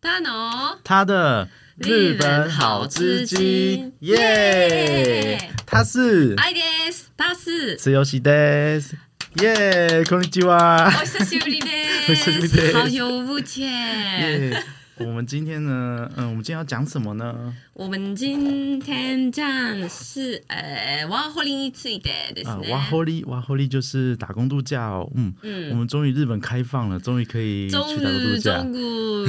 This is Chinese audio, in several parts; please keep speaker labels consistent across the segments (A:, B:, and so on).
A: 看哦。
B: 他的
A: 日本好知己
B: 耶
A: 耶！
B: 他是
A: アイです。タス。
B: つよしです。耶，こんにちは
A: お。久しぶりです。
B: お久しぶりです
A: 好久不见。
B: 耶，我们今天呢，嗯，我们今天要讲什么呢？
A: 我们今天讲是呃ワーホリについてです
B: 啊，
A: ね。
B: 哇吼利，哇吼利就是打工度假哦。嗯，我
A: 嗯，
B: 们终于日本开放了，终于可以去打
A: 中
B: 工度
A: 午
B: 假。
A: 中午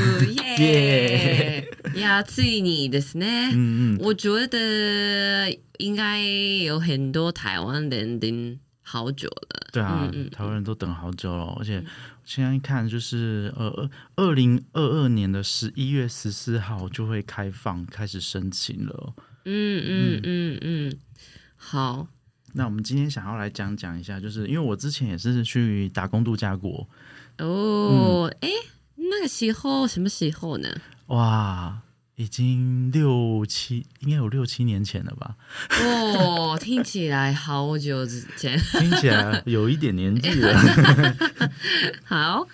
A: 耶！いやついにですね。
B: 嗯嗯，
A: 我觉得应该有很多台湾人等好久了。
B: 对啊
A: 嗯嗯，
B: 台湾人都等好久了，而且现在看就是呃二二零二二年的十一月十四号就会开放，开始申请了。
A: 嗯嗯嗯嗯，好。
B: 那我们今天想要来讲讲一下，就是因为我之前也是去打工度假过，
A: 哦，哎、那个时候什么时候呢？
B: 哇，已经六七，应该有六七年前了吧？
A: 哦，听起来好久 之前。
B: 听起 来有一点年纪了。
A: 好，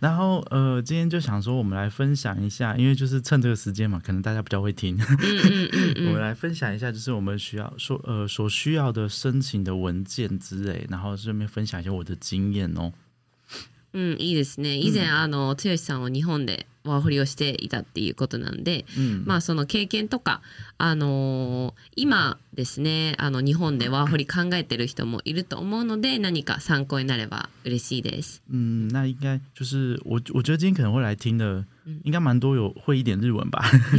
B: 然后呃，今天就想说，我们来分享一下，因为就是趁这个时间嘛，可能大家比较会听，
A: 嗯嗯嗯
B: 我们
A: 嗯，
B: 来分享一下，就是我们需要说呃所需要的申请的文件之类，然后顺便分享一下我的经验哦。
A: うん、いいですね。以前、あの、剛さんを日本でワーホリをしていたっていうことなんで、
B: 嗯，
A: まあ、その経験とか、あのー今ですね、あの、日本でワーホリ考えてる人もいると思うので、何か参考になれば嬉しいです。
B: 嗯，那应该就是我，我觉得今天可能会来听的
A: 嗯，
B: 应该蛮多有会一点日文吧。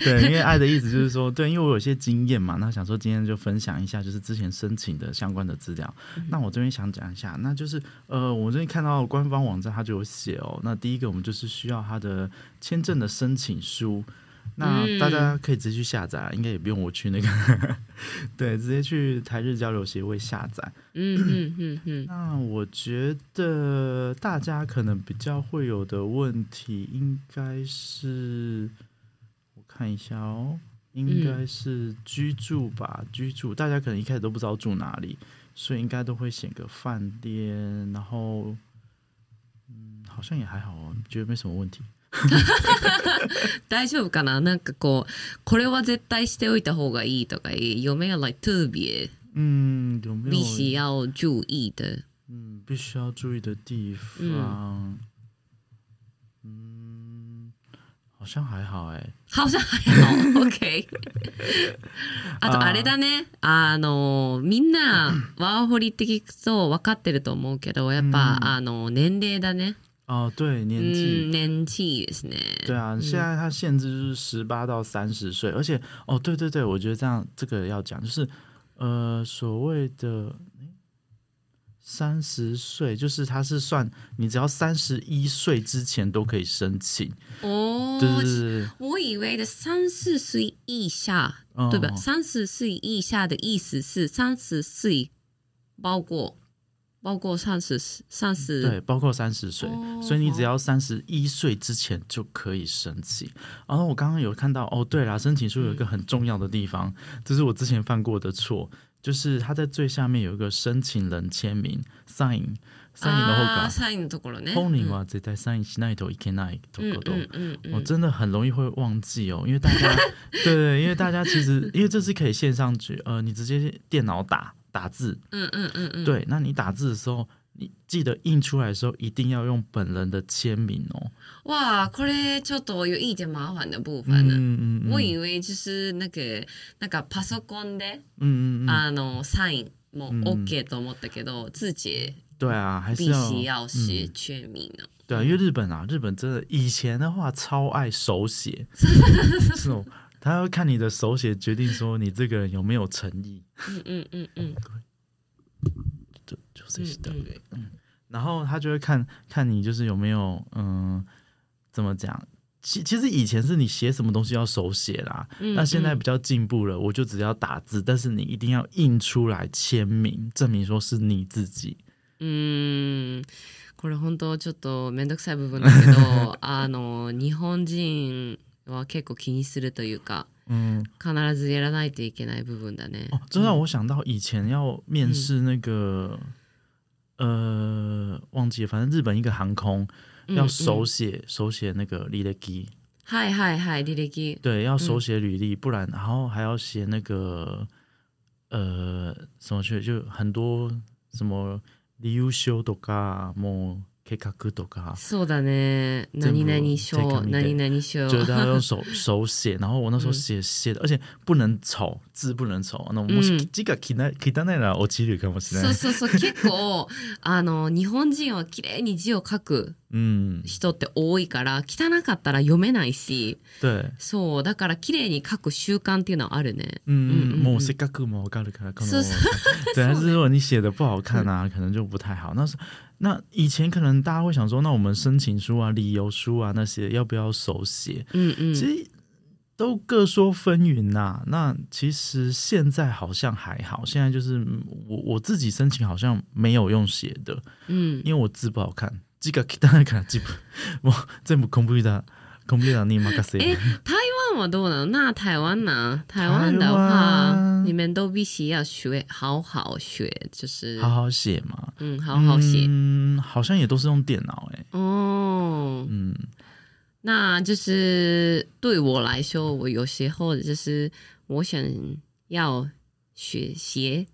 B: 对，因为爱的意思就是说，对，因为我有些经验嘛，那想说今天就分享一下，就是之前申请的相关的资料。
A: 嗯
B: 那我这边想讲一下，那就是呃，我这边看到官方网站它就有写哦，那第一个我们就是需要它的签证的申请书。那
A: 嗯
B: 大家可以直接去下载，应该也不用我去那个， 对，直接去台日交流协会下载。
A: うん、うん、うん、うん。
B: 那我觉得大家可能比较会有的问题，应该是我看一下哦，应该是居住吧，居住。大家可能一开始都不知道住哪里，所以应该都会选个饭店，然后嗯，好像也还好哦，觉得没什么问题。
A: 大丈夫かななんかこう、これは絶対しておいた方がいいとか、嫁が like to be
B: 嗯，有没有
A: 必须要注意的。
B: 嗯，必须要注意的地方？嗯，好像还好哎、
A: 好像还好 ，OK。あと
B: あ
A: あ
B: ー
A: れだね、あのみんなワーホリって聞くと分かってると思うけど、やっぱ、
B: うん
A: あの年齢だね。
B: 哦，对，
A: う
B: 年纪。
A: ん、年纪ですね。
B: 对啊，
A: 嗯
B: 现在它限制就是十八到三十岁，而且哦，对对对，我觉得这样这个要讲，就是呃，所谓的三十岁，就是它是算你只要三十一岁之前都可以申请，
A: お
B: 对对
A: ー、
B: 对，对
A: 我以为的三十岁以下，
B: 嗯
A: 对吧？三十岁以下的意思是三十岁，包括包括三十三十
B: 对，包括三十岁，
A: 哦
B: 所以你只要三十一岁之前就可以申请。然后我刚刚有看到，哦，对啦，申请书有一个很重要的地方，这是我之前犯过的错，就是它在最下面有一个申请人签名 sign sign 的后
A: あー
B: 稿。
A: サインのところね。
B: 本人は絶対サインしないといけないと
A: 嗯
B: ころ。
A: うんうんうん
B: 我
A: うん。
B: 真的很容易会忘记哦，因为大家对对，因为大家其实因为这是可以线上举，呃，你直接电脑打打字，
A: うんうんうんうん。
B: 对，那你打字的时候，你记得印出来的时候一定要用本人的签名哦。
A: 哇，これちょっと有一点麻烦的部分呢。
B: 嗯嗯嗯，
A: 我
B: 嗯
A: 以为就是那个なんかパソコンで、
B: 嗯嗯嗯，
A: あのサインも
B: うん
A: OK と思ったけど、自己
B: 对啊，还是
A: 必
B: 要
A: 须要写
B: 嗯
A: 全名呢。
B: 对啊，因为日本啊，日本真的以前的话超爱 手写，是哦，他要看你的手写决定说你这个人有没有诚意。
A: 嗯嗯嗯嗯
B: 就就这些的。
A: 嗯嗯。
B: 然后他就会看看你就是有没有嗯，怎么讲？其其实以前是你写什么东西要手写啦，
A: 嗯
B: 那现在比较进步了，我就只要打字，但是你一定要印出来签名，证明说是你自己。
A: うーんこれ本当ちょっとめんどくさい部分だけ どあの日本人は結構気にするというか
B: 嗯，
A: 必ずやらないといけない部分だね。
B: 哦，这让我想到以前要
A: 嗯
B: 面试那个，呃，忘记了，反正日本一个航空，
A: 嗯
B: 要手写、手写那个履历，
A: はいはいはい履歴
B: 对，要手写履
A: 嗯
B: 历，不然然后还要写那个呃什么去，就很多什么理由修とかもう計画とか，
A: そうだね
B: 全部
A: 何々賞
B: take me
A: 何々賞
B: 就是嗯他 用手手写，然后我那时候写写的，而且不能丑，字不能丑。那我
A: 嗯
B: 们这个汚い汚いな落ちるかもし れ
A: そ
B: な
A: う
B: い。
A: そうそう結構あの日本人は綺麗に字を書く
B: 嗯，
A: 人って多いから汚かったら読めないし
B: 对，
A: そうだから綺麗に書く習慣っていうのはあるね
B: 嗯，
A: 嗯嗯
B: もうせっかくもうわかるからこの
A: そうそう
B: 对，但是如果你写的不好看啊，可能就不太好。那是那以前可能大家会想说，那我们申请书啊、理由书啊那些要不要手写？
A: うんうん
B: 其实都各说纷纭呐、那其实现在好像还好，现在就是嗯我我自己申请好像没有用写的，
A: うん
B: 因为我字不好看。这个当然看基本，我全部 computer computer 你任せ
A: え台湾はどうなのな台湾な台湾的
B: 台
A: 话
B: 湾
A: 你们都必须要学好好学就是
B: 好好写嘛，
A: 嗯好好写
B: 嗯，好像也都是用电脑哎、
A: 哦
B: 嗯
A: 那就是对我来说，我有时候就是我想要学习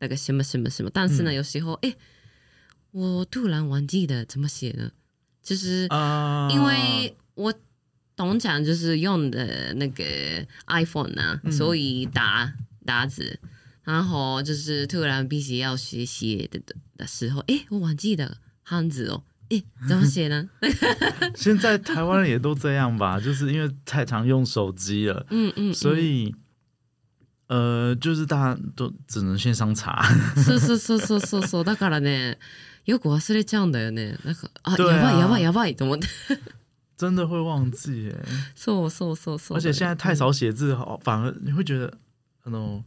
A: 那个什么什么什么，但是呢，
B: 嗯
A: 有时候哎、诶我突然忘记了怎么写了，就是
B: 啊，
A: 呃因为我通常就是用的那个 iPhone 啊，
B: 嗯
A: 所以打打字，然后就是突然必须要学习的的的时候，哎、我忘记了汉字哦，哎、怎么写呢？
B: 啊现在台湾人也都这样吧， 就是因为太常用手机了，
A: 嗯嗯，嗯
B: 所以呃，就是大家都只能线上查。
A: そうそうそうそうそうそうだからねよく忘れちゃうんだよねなんかあ
B: 对啊
A: やばいやばいやばいと思って
B: 真的会忘记耶，
A: そうそうそうそう
B: 而且现在太少写字，好反而你会觉得，あ
A: 嗯
B: の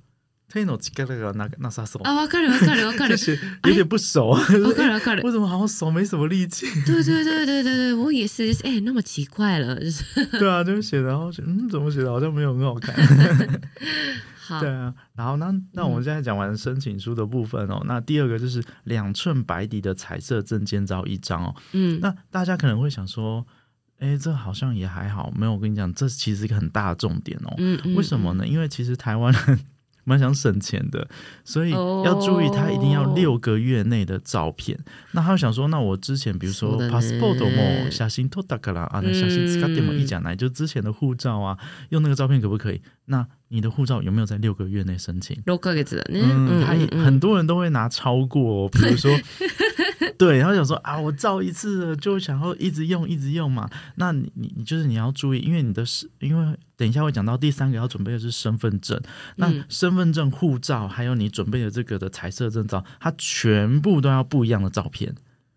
B: 手の力がななさそう，
A: あわかるわかるわか
B: 就
A: る
B: 是 有点不熟，
A: わかるわかる
B: 为什么好像手没什么力气？
A: 对对对对对对我也是就是哎那么奇怪了就是
B: 对啊，就是写的，然后觉得嗯，怎么写的好像没有很好看？
A: 好
B: 对啊，然后那那我们现在讲完申请书的部分哦，那第二个就是两寸白底的彩色证件照一张哦。
A: 嗯
B: 那大家可能会想说，哎，这好像也还好，没有。我跟你讲，这其实是一个很大的重点哦。
A: 嗯嗯
B: 为什么呢？因为其实台湾人 蛮想省钱的，所以
A: 哦
B: 要注意，他一定要六个月内的照片。那他就想说，那我之前比如说
A: そうだね
B: passport も写真撮ったから
A: 嗯
B: 啊，那写真使ってもいいじゃない？就之前的护照啊，用那个照片可不可以？那你的护照有没有在六个月内申请？
A: 六ヶ月だね
B: 嗯，他也
A: うん
B: 很多人都会拿超过、哦，比 如说，对，然后想说啊，我照一次了就想要一直用，一直用嘛。那你你你就是你要注意，因为你的是，因为等一下会讲到第三个要准备的是身份证，那
A: 嗯
B: 身份证、护照还有你准备的这个的彩色证照，它全部都要不一样的照片，嗯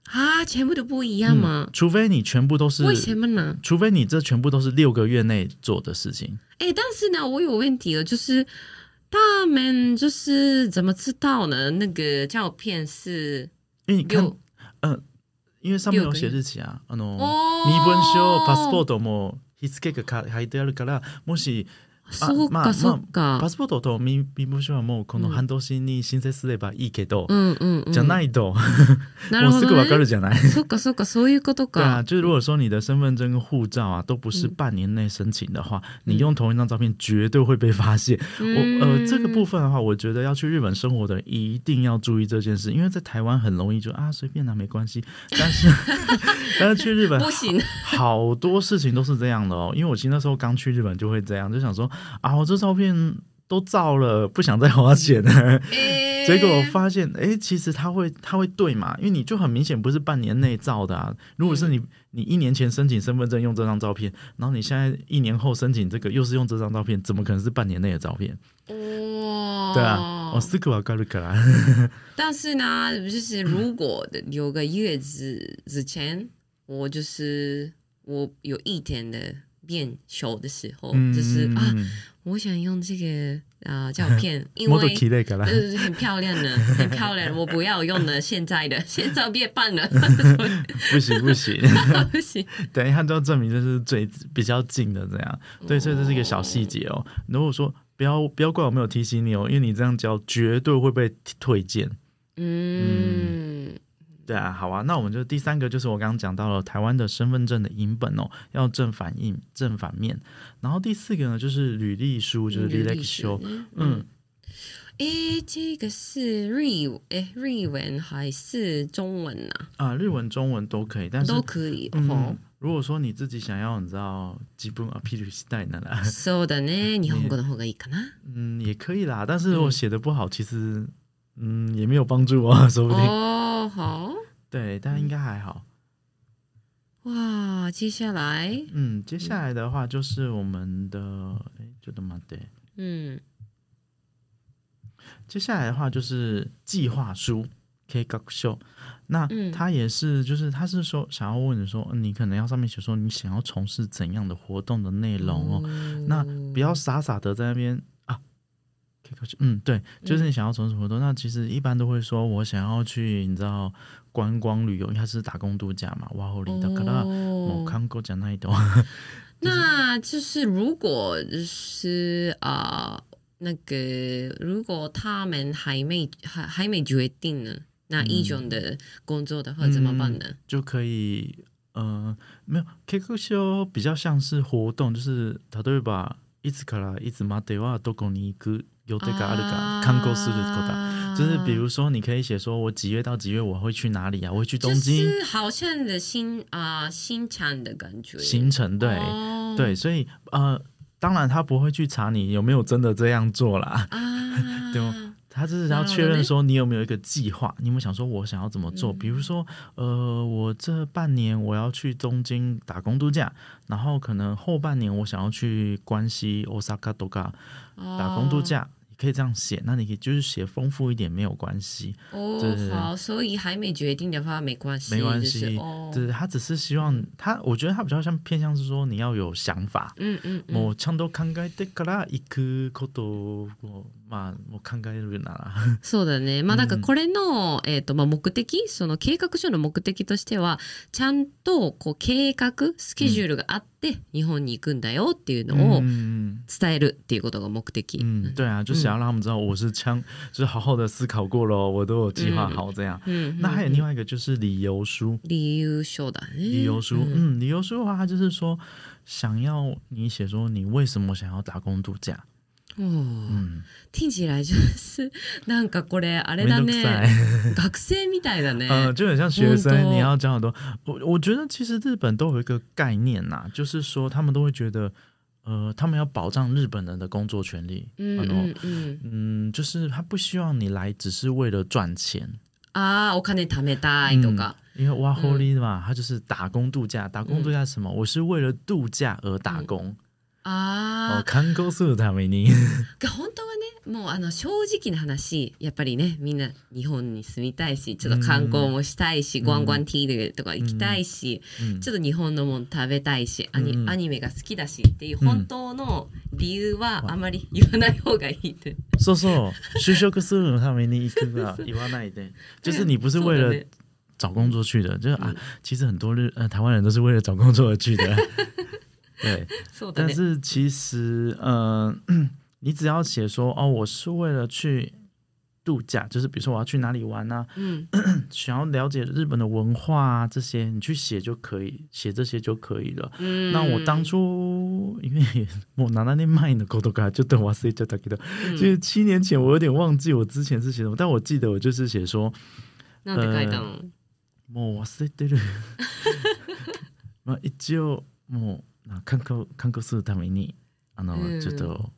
A: 啊全部都不一样吗？
B: 除非你全部都
A: 为什
B: 是，
A: 么呢？
B: 除非你这全部都是六个月内做的事情。
A: 哎，但是呢，我有问题了，就是他们就是怎么知道呢？那个照片是
B: 因为你看
A: 六，
B: 呃因为上面
A: 六
B: 有
A: 个
B: 写
A: 月
B: 日期啊，あの。
A: 哦
B: 身分証、パスポートも日付がか書いてあるから、もし
A: そう
B: ま
A: か
B: あまあ
A: そうか
B: パ。スポートと身身分証はもうこの
A: うん
B: 半年に申請すればいいけど、
A: うんうんうん。
B: じゃないと、
A: なる
B: も
A: ほ
B: うす
A: ど、
B: ぐ
A: ね。
B: わかるじゃない。
A: そっかそっかそういうこと
B: 对啊，
A: か。
B: 就是如果说你的身份证跟护照啊都不是半年内申请的话，你用同一张照片绝对会被发现。我呃，这个部分的话，我觉得要去日本生活的人一定要注意这件事，因为在台湾很容易就啊随便拿、没关系，但是 但是去日本
A: 不 行。
B: 好多事情都是这样的哦，因为我其实那时候刚去日本就会这样，就想说啊，我这照片都照了，不想再花钱了。
A: 欸
B: 结果我发现，哎，其实它会它会对嘛，因为你就很明显不是半年内照的啊。如果是你
A: 嗯
B: 你一年前申请身份证用这张照片，然后你现在一年后申请这个又是用这张照片，怎么可能是半年内的照片？
A: 哇，
B: 对啊，我四个瓦格鲁克啦，
A: 但是呢，就是如果有个月子之前，我就是我有一天的变小的时候，
B: 嗯，
A: 就是啊，我想用这个啊、呃照片，因
B: 摩托
A: 为
B: 奇类格啦
A: 对， 对对，很漂亮的，很漂亮。我不要用了现在 的，现在变胖了， 所以
B: 不行不行。
A: 不行。
B: 等一下就要证明这是最比较近的这样，对，所以这是一个小细节哦。如果说不要不要怪我没有提醒你哦，因为你这样教绝对会被退件。
A: 嗯，
B: 对啊，好啊，那我们就第三个就是我刚刚讲到了台湾的身份证的影本哦，要正反印正反面。然后第四个呢就是履历书，就是
A: 履
B: l e
A: 历
B: c t i o
A: 书
B: n
A: 嗯
B: 嗯，
A: 诶，这个是日诶日文还是中文啊？
B: 啊、日文、中文都可以，但是
A: 都可以哦
B: 嗯。，如果说你自己想要，你知道基本啊アピールしたいなら，
A: そうだね。日本語の方がいいかな。
B: 嗯，也可以啦。但是
A: 嗯
B: 我写的不好，其实嗯也没有帮助啊，说不定。
A: 哦，好
B: 对，但应该还好。
A: 哇。接下来，
B: 嗯，接下来的话就是我们的，哎，ちょっと待って。
A: 嗯，
B: 接下来的话就是计划书 K 高秀，那
A: 嗯
B: 他也是，就是他是说想要问你说，嗯你可能要上面写说你想要从事怎样的活动的内容哦，那不要傻傻的在那边啊。K 高秀，嗯，对，就是你想要从事活动，那其实一般都会说我想要去，你知道观光旅游，因为它是打工度假嘛，哇哦，里的可能
A: 哦。
B: 我看过讲那一种，
A: 那就是如果是啊、呃那个如果他们还没还还没决定呢，那一种的工作的话怎么办呢？
B: 就可以，呃，没有 k k 秀比较像是活动，就是例えばいつからいつまではどこに行く予定があるか観光すること。就是比如说，你可以写说，我几月到几月我会去哪里啊？我会去东京
A: 就是好像的新啊、新产的感觉，
B: 行程，对、
A: 哦
B: 对，所以呃，当然他不会去查你有没有真的这样做啦，
A: 啊，
B: 对吗他只是要确认说你有没有一个计划，你有没有想说我想要怎么做？
A: 嗯
B: 比如说，呃，我这半年我要去东京打工度假，然后可能后半年我想要去关西、Osaka、d o k a
A: 哦
B: 打工度假，你可以这样写。那你可以就是写丰富一点没有关系，对对
A: 哦，
B: 对
A: 好，所以还没决定的话没关系，
B: 没关
A: 就
B: 系
A: 是、哦，
B: 就是他只是希望他，我觉得他比较像偏向是说你要有想法。
A: 嗯嗯嗯，
B: もうちゃんと考えてから行くことをまあもう考えるなら。
A: そうだね。まあ、
B: うん
A: だからこれの、えっ、と、まあ、目的、その計画書の目的としては、ちゃんと、こう、計画、スケジュールがあって、日本に行くんだよっていうのを
B: うん
A: 伝えるっていうことが目的。
B: 嗯，对啊，就想要让他们知道我是枪，就是好好的思考过咯，我都有计划好这样。
A: うん。
B: 那还有另外一个就是理由书，
A: 理由書だね。
B: 理由书，嗯，理由书的话，它就是说想要你写说你为什么想要打工度假，
A: おー
B: 嗯，
A: 天地来就是、 なんかこれ、あれだ
B: 面倒く
A: ね。
B: さい，
A: 学生みたいだね。
B: 嗯，就很像学
A: 本当
B: 生，你要讲很多。我我觉得其实日本都有一个概念呐、就是说他们都会觉得，呃，他们要保障日本人的工作权利，
A: うんうんうん。
B: 嗯，就是他不希望你来只是为了赚钱，嗯
A: ああ、お金貯めたいとか。
B: 因为挖活力嘛，他就是打工度假。打工度假是什么？我是为了度假而打工。
A: ああ
B: 哦，。看够是他没你。
A: が本当はねもうあの正直な話やっぱりねみんな日本に住みたいしちょっと観光もしたいし、
B: うん
A: ゴワンゴワンティーとか行きたいし、
B: 嗯
A: ちょっと日本のもの食べたいしアニ,、
B: うん
A: アニメが好きだしっていう本当の理由はあまり言わない方がいいって。
B: 说说，休休克是他没你一个啊，一万那一点，就是你不是为
A: そうだ
B: 了
A: ね
B: 找工作去的，就是啊，其实很多日呃台湾人都是为了找工作而去的。 对，
A: そうだ
B: 但
A: ね。
B: 是其实，呃， 你只要写说哦，我是为了去度假，就是比如说我要去哪里玩啊，
A: うん、
B: 想要了解日本的文化啊这些，你去写就可以，写这些就可以了。
A: うん
B: 那我当初因为 もう7年前のことからちょっと忘れちゃったけど，就是七年前我有点忘记我之前是写什么，但我记得我就是写说
A: なんて書いたの？
B: もう忘れて る。まあ一応もうな観光観光するためにあの、
A: うん
B: ちょっと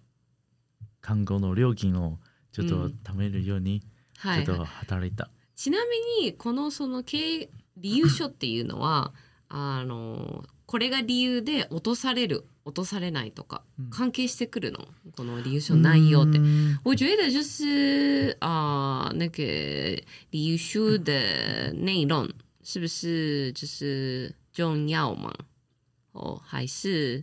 B: 観光の料金をちょっと貯めるように、
A: は
B: ちょっ
A: い。
B: と働いた。
A: ちなみにこのその経理由書っていうのはあのこれが理由で落とされる落とされないとか
B: うん
A: 関係してくるのこの理由書内容って。
B: 嗯
A: 我觉得就是啊、那个理由书的内容是不是就是重要吗？哦，还是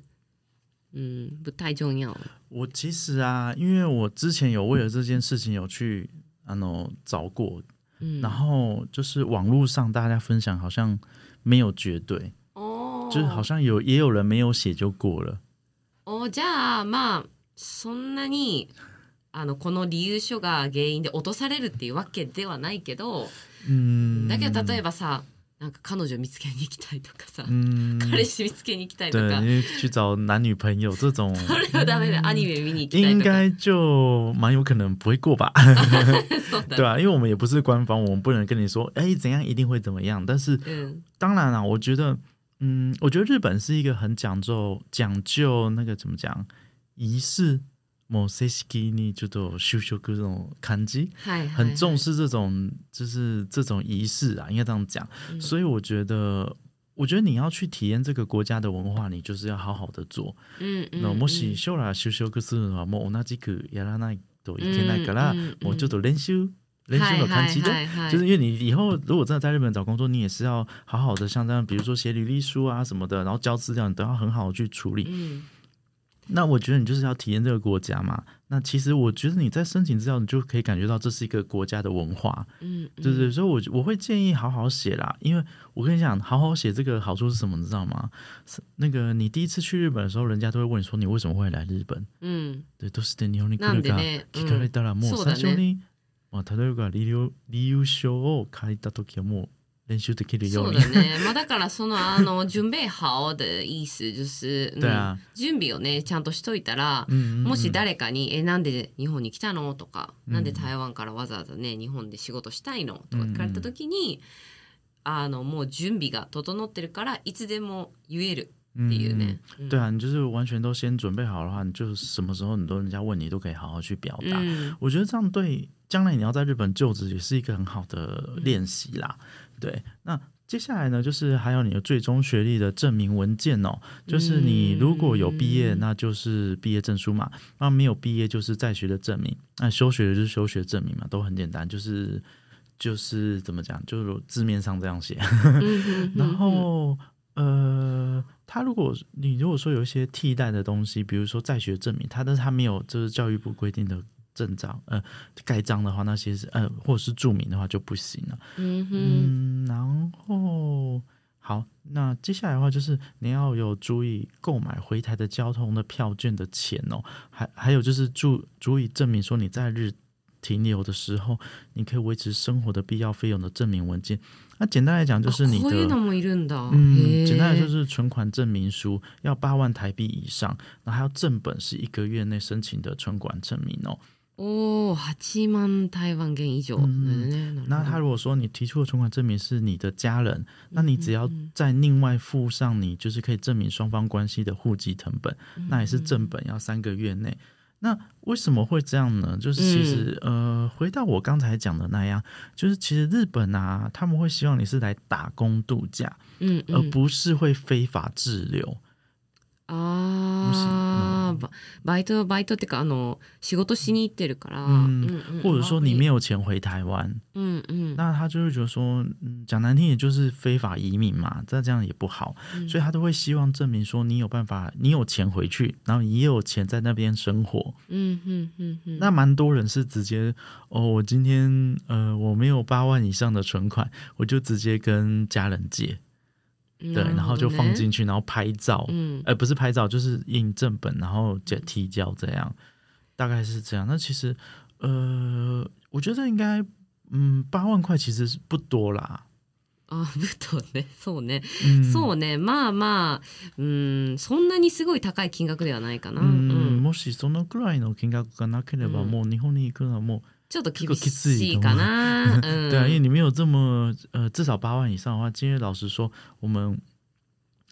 A: 嗯不太重要。
B: 我其实啊，因为我之前有为了这件事情有去啊喏找过，
A: 嗯
B: 然，后就是网络上大家分享好像没有绝对，
A: 哦，
B: 就是好像有也有人没有写就过了。
A: おじゃあまあそんなにあのこの理由書が原因で落とされるっていうわけではないけど
B: うん
A: だけど例え
B: ば
A: ばさなんか彼女見つけに行きたいとかさ、
B: 嗯，
A: 彼氏見つけに行きたいと
B: 对，
A: か
B: 因为去找男女朋友这种
A: それはダメだよアニメ見に行きたい
B: 应
A: とか
B: 该就蛮有可能不会过吧？
A: そうだ
B: 对啊，因为我们也不是官方，我们不能跟你说，哎，怎样一定会怎么样。但是
A: うん
B: 当然啦、我觉得，嗯，我觉得日本是一个很讲究讲究那个怎么讲仪式，某些式呢就都修修各种看机，
A: はいはい、はい、
B: 很重视这种就是这种仪式啊，应该这样讲。
A: うん
B: 所以我觉得。我觉得你要去体验这个国家的文化，你就是要好好的做。
A: うんうん
B: 那
A: うん
B: もし将来就職するのはもう同じくやらないといけないから
A: 嗯嗯嗯，
B: 我就得练习练习の感じで
A: はいはいはいはい
B: 就是因为你以后如果真的在日本找工作，你也是要好好的像这样，比如说写履历书啊什么的，然后交资料，你都要很好的去处
A: う
B: 理。
A: ん
B: 那我觉得你就是要体验这个国家嘛。那其实我觉得你在申请资料，你就可以感觉到这是一个国家的文化，
A: うん
B: 对对。所以我，我会建议好好写啦，因为我跟你讲，好好写这个好处是什么，你知道吗？是那个你第一次去日本的时候，人家都会问你说你为什么会来日本？
A: うん
B: 对，都是的，你用你
A: なんでね
B: 聞かれたらもう
A: そう
B: 最
A: だね
B: 初に、まあ、例えば理由理由書を書いた時はもう練習できるよ
A: そうう
B: に。
A: だね。まあだからそのあの 準備好的意思就是、うん
B: 对啊
A: 準備をねちゃんとしといたら、
B: 嗯
A: もし誰かにえなんで日本に来たのとか、
B: うん
A: なんで台湾からわざわざね日本で仕事したいのとか聞かれた時に、あのもう準備が整ってるからいつでも言えるっていうね。うん
B: 对啊，你就是完全都先准备好的话，你就什么时候很多人家问你都可以好好去表达。
A: うん
B: 我觉得这样对将来你要在日本就职也是一个很好的练习啦。对，那接下来呢，就是还有你的最终学历的证明文件哦，就是你如果有毕业，
A: 嗯
B: 那就是毕业证书嘛；那没有毕业就是在学的证明，那休学的就是休学证明嘛，都很简单，就是就是怎么讲，就是字面上这样写。
A: うん
B: 然后呃，他如果你如果说有一些替代的东西，比如说在学证明，他但是他没有就是教育部规定的证照，呃，盖章的话，那些是呃或者是注明的话就不行了。
A: うんうん
B: 嗯，然后好，那接下来的话就是你要有注意购买回台的交通的票券的钱哦，还还有就是注足以证明说你在日停留的时候，你可以维持生活的必要费用的证明文件。那简单来讲就是你
A: あ
B: 的
A: こういうのもいるんだ。へ
B: 嗯，
A: え
B: 简单来说是存款证明书要八万台币以上，然后还要正本是一个月内申请的存款证明哦。
A: おお、8万台湾元以上。
B: うん
A: ねなるほど
B: 那他如果说你提出的存款证明是你的家人，那你只要再另外附上你就是可以证明双方关系的户籍成本，那也是正本，要三个月内。那为什么会这样呢？就是其实、呃，回到我刚才讲的那样，就是其实日本啊，他们会希望你是来打工度假，
A: うんう
B: 而
A: ん、
B: 不是会非法滞留。
A: あーババイトバイトってかあの仕事しに行ってるから、
B: うん
A: うんうん
B: 或者说你没有钱回台湾，
A: うんうん
B: 那他就会觉得说，嗯，讲难听也就是非法移民嘛，那这样也不好，
A: 嗯
B: 所以他都会希望证明说你有办法，你有钱回去，然后你也有钱在那边生活。
A: うんうんうんうん
B: 那蛮多人是直接，哦，我今天呃我没有八万以上的存款，我就直接跟家人借，对，
A: 嗯
B: 然后就放、进去，然后拍
A: なる
B: 照
A: ほど，ね
B: 呃，不是拍照，就是印正本，然后解提交这样，大概是这样。那其实，呃，我觉得应该，嗯，八万块其实是不多啦。
A: うん、あ武藤ねそうね、
B: 嗯，
A: そうねまあまあうんそんなにすごい高い金額ではないかな、
B: 嗯，
A: うん
B: もしそのくらいの金額がなければ、
A: うん
B: もう日本に行くのはも
A: ちょっと厳
B: 結構きつ
A: し
B: い
A: い
B: と
A: か
B: 思 う
A: な、う
B: う、
A: ん、
B: 对啊，因为你没有这么，呃，至少八万以上的话，今天老实说，我们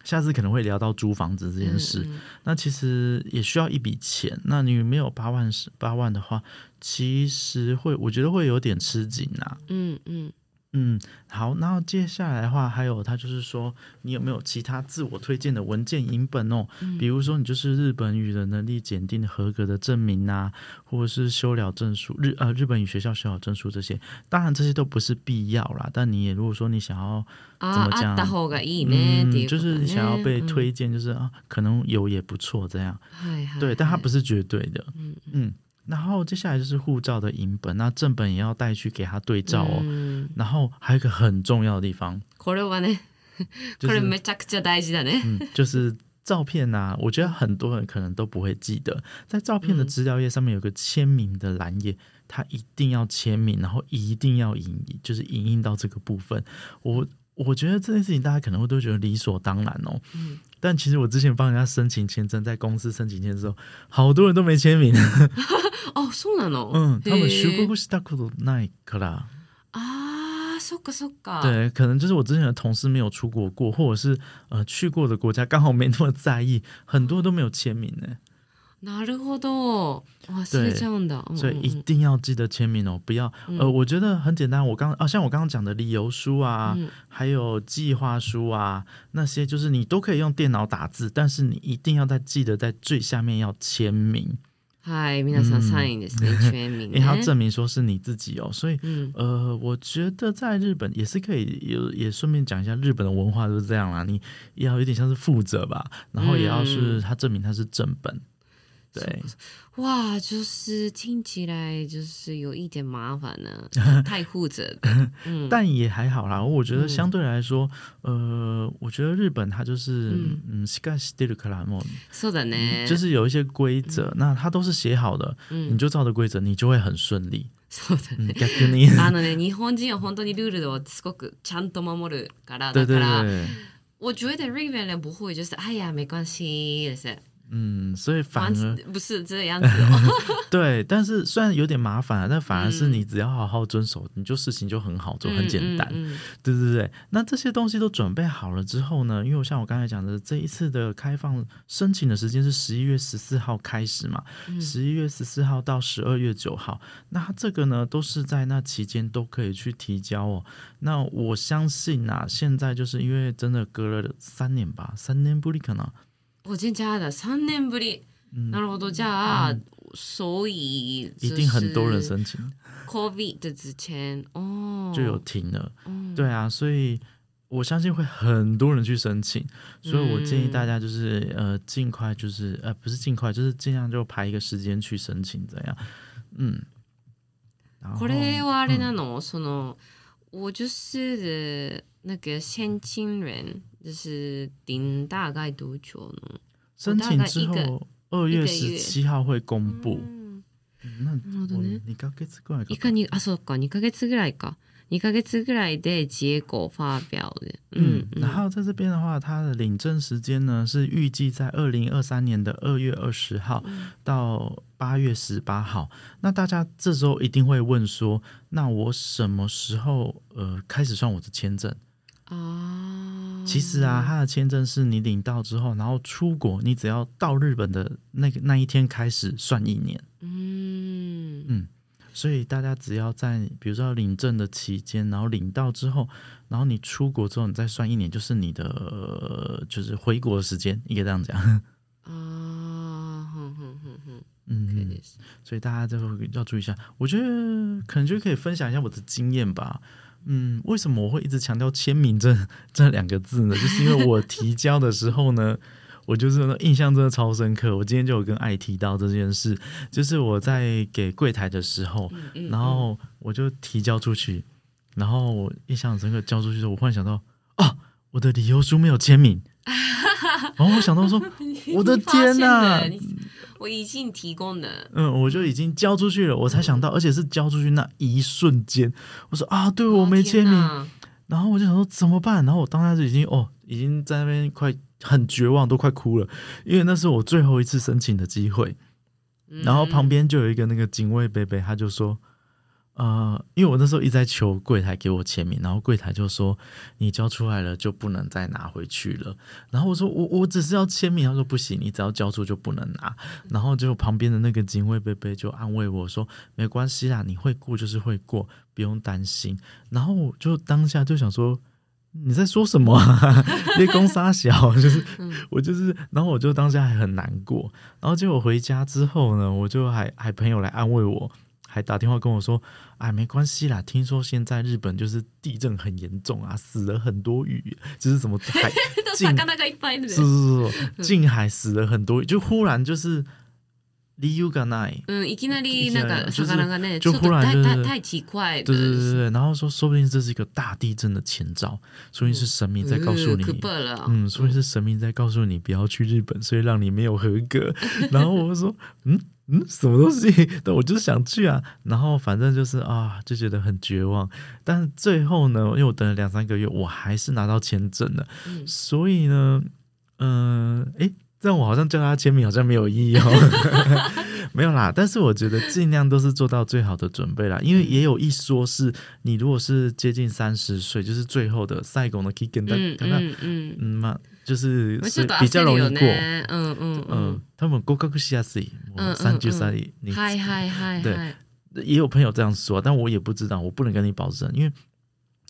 B: 下次可能会聊到租房子这件事。
A: うんうん
B: 那其实也需要一笔钱。那你没有八万十八万的话，其实会我觉得会有点吃紧啊。
A: うんうん
B: 嗯，好，那接下来的话，还有他就是说，你有没有其他自我推荐的文件影本哦？比如说你就是日本语的能力检定合格的证明啊，或者是修了证书日呃日本语学校修了证书这些，当然这些都不是必要啦。但你也如果说你想要
A: あ
B: 怎么
A: あ
B: 讲
A: った方がいいねっていうこ
B: 嗯，
A: と
B: 就
A: ね、
B: 是你想要被
A: うん
B: 推荐，就是、啊可能有也不错这样。
A: はいはいはい、
B: 对，但它不是绝对的。
A: 嗯
B: 嗯，然后接下来就是护照的影本，那正本也要带去给他对照哦。
A: うん
B: 然后还有一个很重要的地方，
A: これはね、
B: 就
A: これ
B: 是
A: めちゃくちゃ大事だね。
B: 嗯，就是照片啊，我觉得很多人可能都不会记得，在照片的资料页上面有个签名的栏页，他一定要签名，然后一定要影，就是影印到这个部分。我我觉得这件事情大家可能会都觉得理所当然哦，
A: 嗯
B: 但其实我之前帮人家申请签证，在公司申请签证的时候，好多人都没签名。
A: あ、そうなの。
B: 嗯，他们
A: へ
B: 修过
A: ー
B: 过是大库的那一刻啦。
A: あー、そっかそっか。
B: 对，可能就是我之前的同事没有出国过，或者是呃去过的国家刚好没那么在意，很多都没有签名呢、
A: なるほど。忘れちゃうんだ。うんうんうん
B: 所以一定要记得签名哦，不要、呃，我觉得很简单，我刚啊，像我刚刚讲的理由书啊，
A: 嗯
B: 还有计划书啊，那些就是你都可以用电脑打字，但是你一定要在记得在最下面要签名，
A: はい、皆さ
B: うん
A: んサインです ね。全民
B: 因
A: ね
B: 为。它要证明说是你自己哦，所以。
A: うん。
B: 呃，我觉得在日本也是可以，有也顺便讲一下日本的文化就是这样啦。你也要有点像是负责吧，然后也要是他证明他是正本，对，
A: 哇，就是听起来就是有一点麻烦 呢，太护着的。嗯，
B: 但也还好啦。我觉得相对来说，呃，我觉得日本它就是
A: 嗯
B: 嗯，しかししてるからもう
A: そうだね。
B: 就是有一些规则，那它都是写好的，
A: 嗯
B: 你，就照着规则，你就会很 顺利。
A: そうだ
B: 嗯，
A: ね。
B: 逆に
A: あのね、日本人は本当にルールをすごくちゃんと守るから、
B: 对
A: だ
B: 对
A: から、
B: 对，
A: 我觉得日本人不会就是哎呀没关系，就是
B: 嗯，所以
A: 反
B: 反而
A: 正不是这 样子哦。
B: 对，但是虽然有点麻烦啊，但反而是你只要好好遵守，你就事情就很好做，很简单。
A: 嗯嗯嗯嗯
B: 对对对，那这些东西都准备好了之后呢，因为我像我刚才讲的，这一次的开放申请的时间是十一月十四号开始嘛，十一、月十四号到十二月九号，那它这个呢都是在那期间都可以去提交哦。那我相信啊，现在就是因为真的隔了三年吧，三年不离可能。
A: 我今天的三年ぶり。なるほど、じゃあ、所以
B: 一定很多人申请，
A: COVID 的之前哦，
B: 就有停了。
A: 嗯
B: 对啊，所以我相信会很多人去申请，所以我建议大
A: 嗯
B: 家就是、呃尽快就是呃不是尽快，就是尽量就排一个时间去申请，怎样？嗯，然后
A: これはあれなの、その我就是那个申请人，就是顶大概多久呢？
B: 申请之
A: 大概一
B: 后，二
A: 一
B: 月
A: 个
B: 十
A: 月
B: 七号会公布。
A: 嗯
B: 嗯那
A: なるほどね。
B: 你刚给过来
A: 一个にあそうか二ヶ月ぐらいか二ヶ月ぐらいで結果发表的。
B: 嗯
A: 嗯，
B: 然后在这边的话，它的领证时间呢是预计在二零二三年的二月二十号到八月十八号。那大家这时候一定会问说，那我什么时候呃开始算我的签证？
A: 啊，
B: 其实啊，它的签证是你领到之后，然后出国，你只要到日本的那个那一天开始算一年。
A: 嗯
B: 所以大家只要在比如说领证的期间，然后领到之后，然后你出国之后，你再算一年，就是你的、呃就是回国的时间，应该这样讲。
A: 啊，哼哼哼哼，可以
B: 嗯
A: で，す
B: 所以大家就要注意一下。我觉得可能就可以分享一下我的经验吧。嗯，为什么我会一直强调签名这 这两个字呢？就是因为我提交的时候呢， 我就是印象真的超深刻。我今天就有跟爱提到这件事，就是我在给柜台的时候，
A: 嗯
B: 然后我就提交出去，然后我印象很深刻交出去的时候，我忽然想到啊，我的理由书没有 签名，然后我想到说，我的天
A: 呐
B: 呐！！
A: 你我已经提供了，
B: 嗯，我就已经交出去了，我才想到，而且是交出去那一瞬间，我说啊，对我没签
A: 哦天
B: 名，
A: 哪
B: 然后我就想说怎么办，然后我当时已经哦，已经在那边快很绝望，都快哭了，因为那是我最后一次申请的机会。
A: 嗯
B: 然后旁边就有一个那个警卫贝贝，他就说，呃，因为我那时候一直在求柜台给我签名，然后柜台就说你交出来了就不能再拿回去了。然后我说我我只是要签名，他说不行，你只要交出就不能拿。然后就旁边的那个警卫贝贝就安慰我说没关系啦，你会过就是会过，不用担心。然后我就当下就想说。你在说什么、啊？ 那公杀小，就是我就是，然后我就当下还很难过，然后结果回家之后呢，我就还还朋友来安慰我，还打电话跟我说，哎，没关系啦，听说现在日本就是地震很严重啊，死了很多鱼，就是什么 海
A: 都
B: 近
A: 魚がいっぱいいるね
B: 是是是是，近海死了很多，就忽然就是理由がない。
A: 嗯，いきなりなんか
B: いきなり
A: 魚がね、ちょ
B: 就
A: っと
B: 是就忽然
A: 太
B: 就是
A: 太太奇怪的
B: 对对对对，然后说说不定这是一个大地震的前兆，说不定是神明在告诉
A: 嗯
B: 你
A: 可，不了，
B: 嗯，说不定是神明在告诉你不要去日本，所以让你没有合 格。然后我就说，嗯嗯，什么东西？ 但我就是想去啊。然后反正就是啊，就觉得很绝望。但是最后呢，因为我等了两三个月，我还是拿到签证了。
A: 嗯
B: 所以呢，嗯、诶，这样我好像叫他签名好像没有意义哦。 没有啦，但是我觉得尽量都是做到最好的准备啦，因为也有一说是你如果是接近三十岁，就是最后的赛狗的 k i k e
A: 嗯
B: n 等等，
A: 嗯うん
B: 嗯嘛，就是
A: まあちょ
B: 是
A: っと
B: 比较
A: 焦
B: 容
A: るよ
B: 易过。
A: ね。嗯嗯
B: 嗯
A: 嗯，，
B: 他们合格しやすい、
A: 嗯
B: 啊三
A: 嗯
B: 十歳に
A: はいはいはい
B: 对
A: はい。
B: 也有朋友这样说，但我也不知道，我不能跟你保证，因为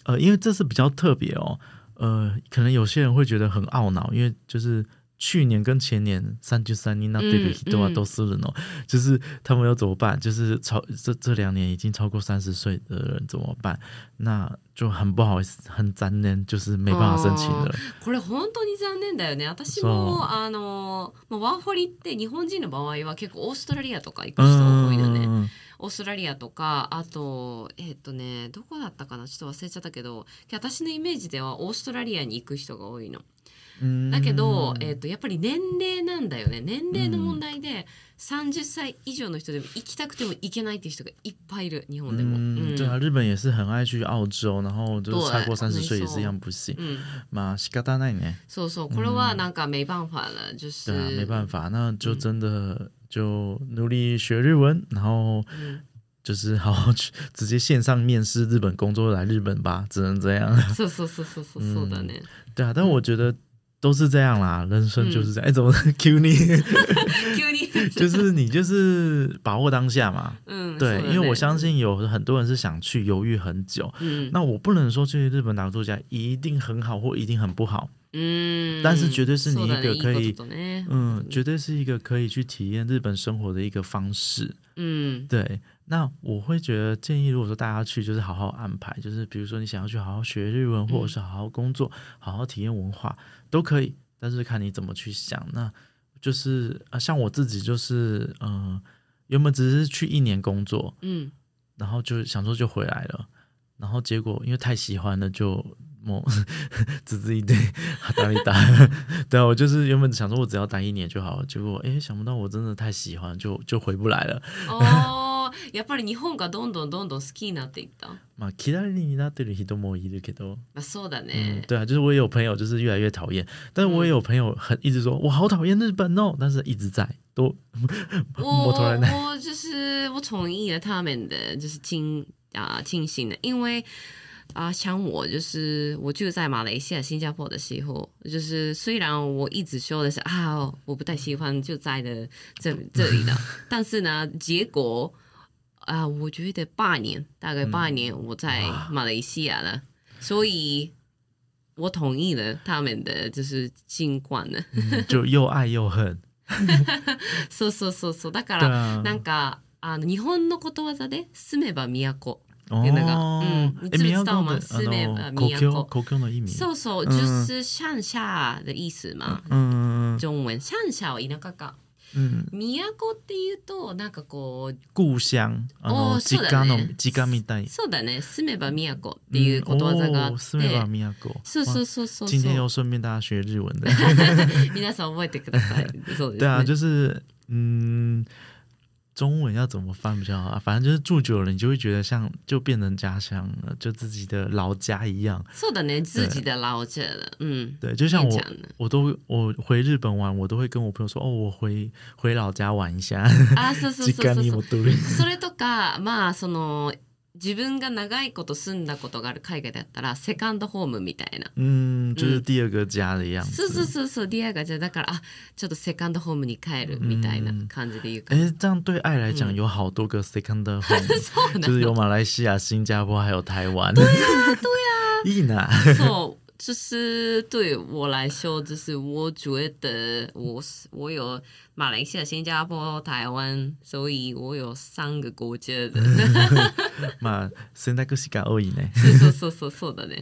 B: 呃，因为这是比较特别哦，呃，可能有些人会觉得很懊恼，因为就是去年跟前年三九三一那对比都啊
A: 嗯
B: 都是人哦，就是他们要怎么办？就是超这这两年已经超过三十岁的人怎么办？那就很不好意思，很残念，就是没办法申请了。
A: これ本当に残念だよね。私
B: そう
A: もあのまあワーホリって日本人の場合は結構オーストラリアとか行く人多いのね。
B: 嗯，
A: オーストラリアとかあとえっ、とねどこだったかなちょっと忘れちゃったけど私のイメージではオーストラリアに行く人が多いの。
B: 嗯
A: だけど、えっとやっぱり年齢なんだよね年齢の問題で30歳以上の人でも行きたくても行けないっていう人がいっぱいいる日本でも。うん
B: 嗯，对啊，日本也是很爱去澳洲，然后就是超过
A: 对
B: 三十岁也
A: 没
B: 是
A: 错
B: 一样不行
A: う。ん
B: 嘛，西嘎达奈呢？
A: そうそうこれはなんか没办法了就是、
B: 对啊，没办
A: 法、
B: 法，那就真的就努力学日文，然后就是好好去直接线上面试日本工作，来日本
A: 嗯
B: 吧，只能这样。
A: そうそうそうそうそうそうだね、
B: 对啊，但我觉得都是这样啦，人生就是这样。哎、怎么 Q 你？
A: 嗯急に
B: 就是你就是把握当下嘛。
A: うん
B: 对，因为我相
A: 信、
B: 信有很多人是想去犹豫很久。
A: うん
B: 那我不能说去日本打工度假一定很好或一定很不好，
A: うん、
B: 但是绝对是你
A: そうだね
B: 一个可以
A: いいこととね
B: 嗯，绝对是一个可以去体验日本生活的一个方式。
A: うん
B: 对，那我会觉得建议，如果说大家去，就是好好安排，就是比如说你想要去好好学日文，或者是好好工作、好好体验文化都可以，但是看你怎么去想。那就是啊，像我自己就是，嗯、原本只是去一年工作，
A: うん
B: 然后就想说就回来了，然后结果因为太喜欢了就。某 只是一堆 打一打，对啊，我就是原本想说我只要待一年就好了，结果诶，想不到我真的太喜欢，就就回不来了。
A: あーやっぱり日本がどんどんどんどん好きになっていった。ま
B: まあ嫌いになってる人もいるけど、
A: あそうだ
B: 嗯
A: ね，。
B: 对啊，就是我也有朋友就是越来越讨厌，但是我也有朋友很一直说我好讨厌日本哦，但是一直在 都
A: 我
B: 我突然
A: 我就是我同意了他们的就是庆啊庆幸的，因为啊、像我就是我就在马来西亚、新加坡的时候，就是虽然我一直说的是啊我不太喜欢就在的这这里的， 但是呢，结果啊、我觉得八年大概八年我在马来西亚了，所以。我同意了他们的就是新冠了，
B: 嗯就又爱又恨，
A: そうそうそうそうだか
B: 对
A: ら
B: 啊，
A: なんかあの日本のことわざで住めば都っていうのが
B: 哦
A: 嗯，
B: 诶
A: 你知不知
B: 宮古
A: 道吗
B: 的
A: 四面
B: あ
A: 呃
B: の故
A: 宮
B: 郷
A: 古
B: 故郷の意味，
A: そうそう、
B: うん
A: 就是上下的意思嘛。
B: 嗯嗯
A: 中文上下は田舎か。
B: 嗯，
A: 都っていうとなんかこう
B: 故乡，あ
A: おー
B: の
A: そ
B: 実
A: う
B: 家
A: だ
B: の
A: ね
B: 実家みたいっ
A: そうだね住めば都っていう
B: 嗯哦
A: ことわざがあって、
B: 住めば宮古，
A: そうそう
B: 哇
A: そうそう
B: 今天
A: そ
B: 又
A: う
B: 顺便大家学日文 的。
A: 皆さん覚えてくだ さいそうですね
B: 对啊，就是嗯，中文要怎么翻比较好啊？反正就是住久了，你就会觉得像就变成家乡了，就自己的老家一样。
A: そうだね自己的老家的うん
B: 对，就像
A: 变
B: 我
A: 成了，
B: 我都我回日本玩，我都会跟我朋友说，哦，我回回老家玩一下。
A: あそうそう
B: 実
A: そう
B: 家
A: そう
B: に
A: そう
B: 戻る。
A: それとかまあその自分が長いこと住んだことがある海外だったらセカンドホームみたいな。
B: 嗯，就是第二个家的样
A: そうそう
B: 子。
A: そうそうディアがじゃあだからあちょっとセカンドホームに帰るみたいな感じで言うから、
B: 哎，这样对爱来讲有好多个 second home，
A: そうな
B: 就是
A: の
B: 有 马来西亚、新加坡还有台湾。一呢，
A: そ就是对我来说，就是我觉得我是我有马来西亚、新加坡、台湾，所以我有三个国家的。
B: まあ選択肢が多いね。
A: 是是是是是的呢。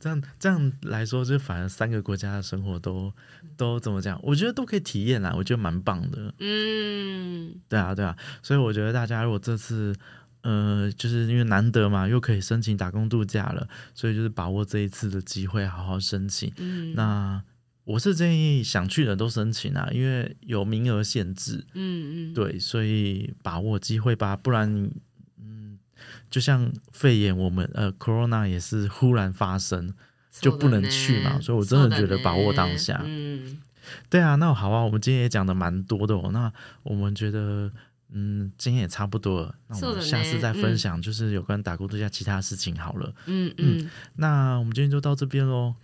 B: 这样这样来说，就反而三个国家的生活都都怎么讲？我觉得都可以体验啦，我觉得蛮棒的。
A: 嗯，
B: 对啊，对啊，所以我觉得大家如果这次，呃，就是因为难得嘛，又可以申请打工度假了，所以就是把握这一次的机会，好好申请。
A: 嗯
B: 那我是建议想去的都申请啊，因为有名额限制，
A: 嗯嗯，
B: 对，所以把握机会吧，不然你，嗯，就像肺炎，我们呃，corona 也是忽然发生，就不能去嘛
A: そうだね
B: 所以我真的觉得把握当下
A: そうだね嗯，
B: 对啊，那好啊，我们今天也讲的蛮多的哦。那我们觉得，嗯，今天也差不多了。那我
A: そうだね
B: 们下次再分享，就是有关打工度假其他事情好了。
A: 嗯嗯。
B: 那我们今天就到这边喽。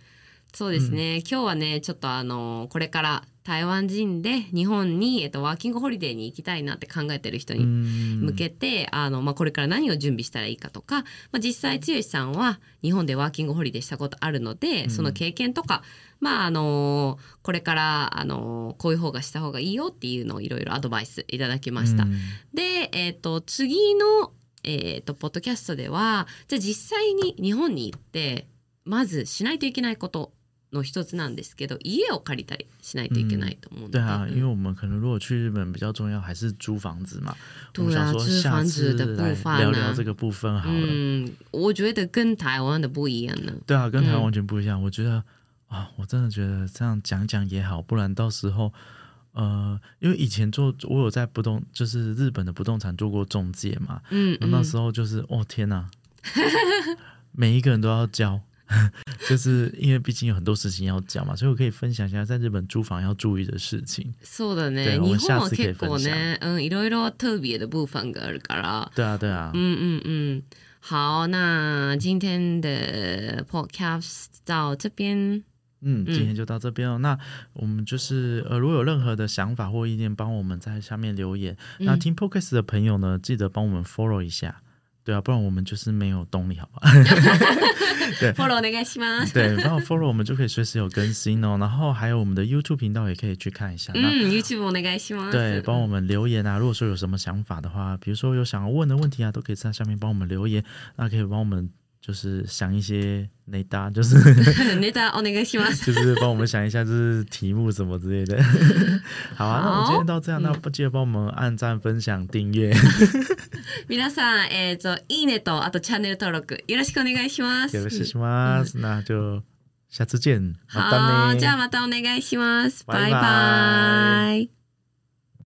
A: そうですね、今日はねちょっとあのこれから台湾人で日本に、えっと、ワーキングホリデーに行きたいなって考えてる人に
B: 嗯
A: 向，けて、あのまあ、これから何を準備したらいいかとか、まあ、実際剛さんは日本でワーキングホリデーしたことあるので、その経験とか、まあ、あのこれから、あのこういう方がした方がいいよっていうのをいろいろアドバイスいただきました。
B: 嗯
A: で、えっと次の、えっとポッドキャストではじゃあ実際に日本に行ってまずしないといけないことの一つなんですけど家を借りたりしないといけないと思うので、
B: 对啊，
A: うん
B: 因为我们可能如果去日本比较重要，还是租房子嘛。我
A: 对啊
B: 们想说
A: 租
B: 下
A: 房
B: 次
A: 子的部分啊
B: 来聊聊这个部分好了。
A: 嗯，我觉得跟台湾的不一样呢。
B: 对啊，跟台湾完全不一样。我觉得啊，我真的觉得这样讲讲也好，不然到时候，呃，因为以前做我有在不动，就是日本的不动产做过中介嘛，
A: 嗯，
B: 那时候就是哦天哪、 每一个人都要交。 就是因为毕竟有很多事情要讲嘛，所以我可以分享一下在日本租房要注意的事情。
A: そうだ
B: 对
A: ね。
B: 我
A: 日
B: 们
A: 本は
B: 下次可以
A: 結構ね、うん、いろいろ特別的部分があるから。
B: 对啊，对啊，
A: 嗯嗯嗯，好，那今天的 podcast 到这边。
B: 嗯，今天就到这边了。那我们就是呃，如果有任何的想法或意见，帮我们在下面留言。那听 podcast 的朋友呢，记得帮我们 follow 一下，对啊，不然我们就是没有动力，好吧？
A: フォローお願いします。
B: 对，帮我 follow，我们就可以随时有更新哦。然后还有我们的 YouTube 频道也可以去看一下。那
A: 嗯，YouTube お願いします。
B: 对，帮我们留言啊！如果说有什么想法的话，比如说有想要问的问题啊，都可以在下面帮我们留言。那可以帮我们就是想一些内搭，就是
A: ネタお願いします。
B: 就是帮我们想一下，就是题目什么之类的。好啊，那我们今天到这样，那不记得帮我们按赞、分享、订阅。
A: 皆さん、えっ、と、いいねと、あとチャンネル登録、よろしくお願いします。
B: よろしくします。那就下次见，また
A: 好，
B: ね
A: じゃあまたお願いします。
B: バイバイ
A: バイバイ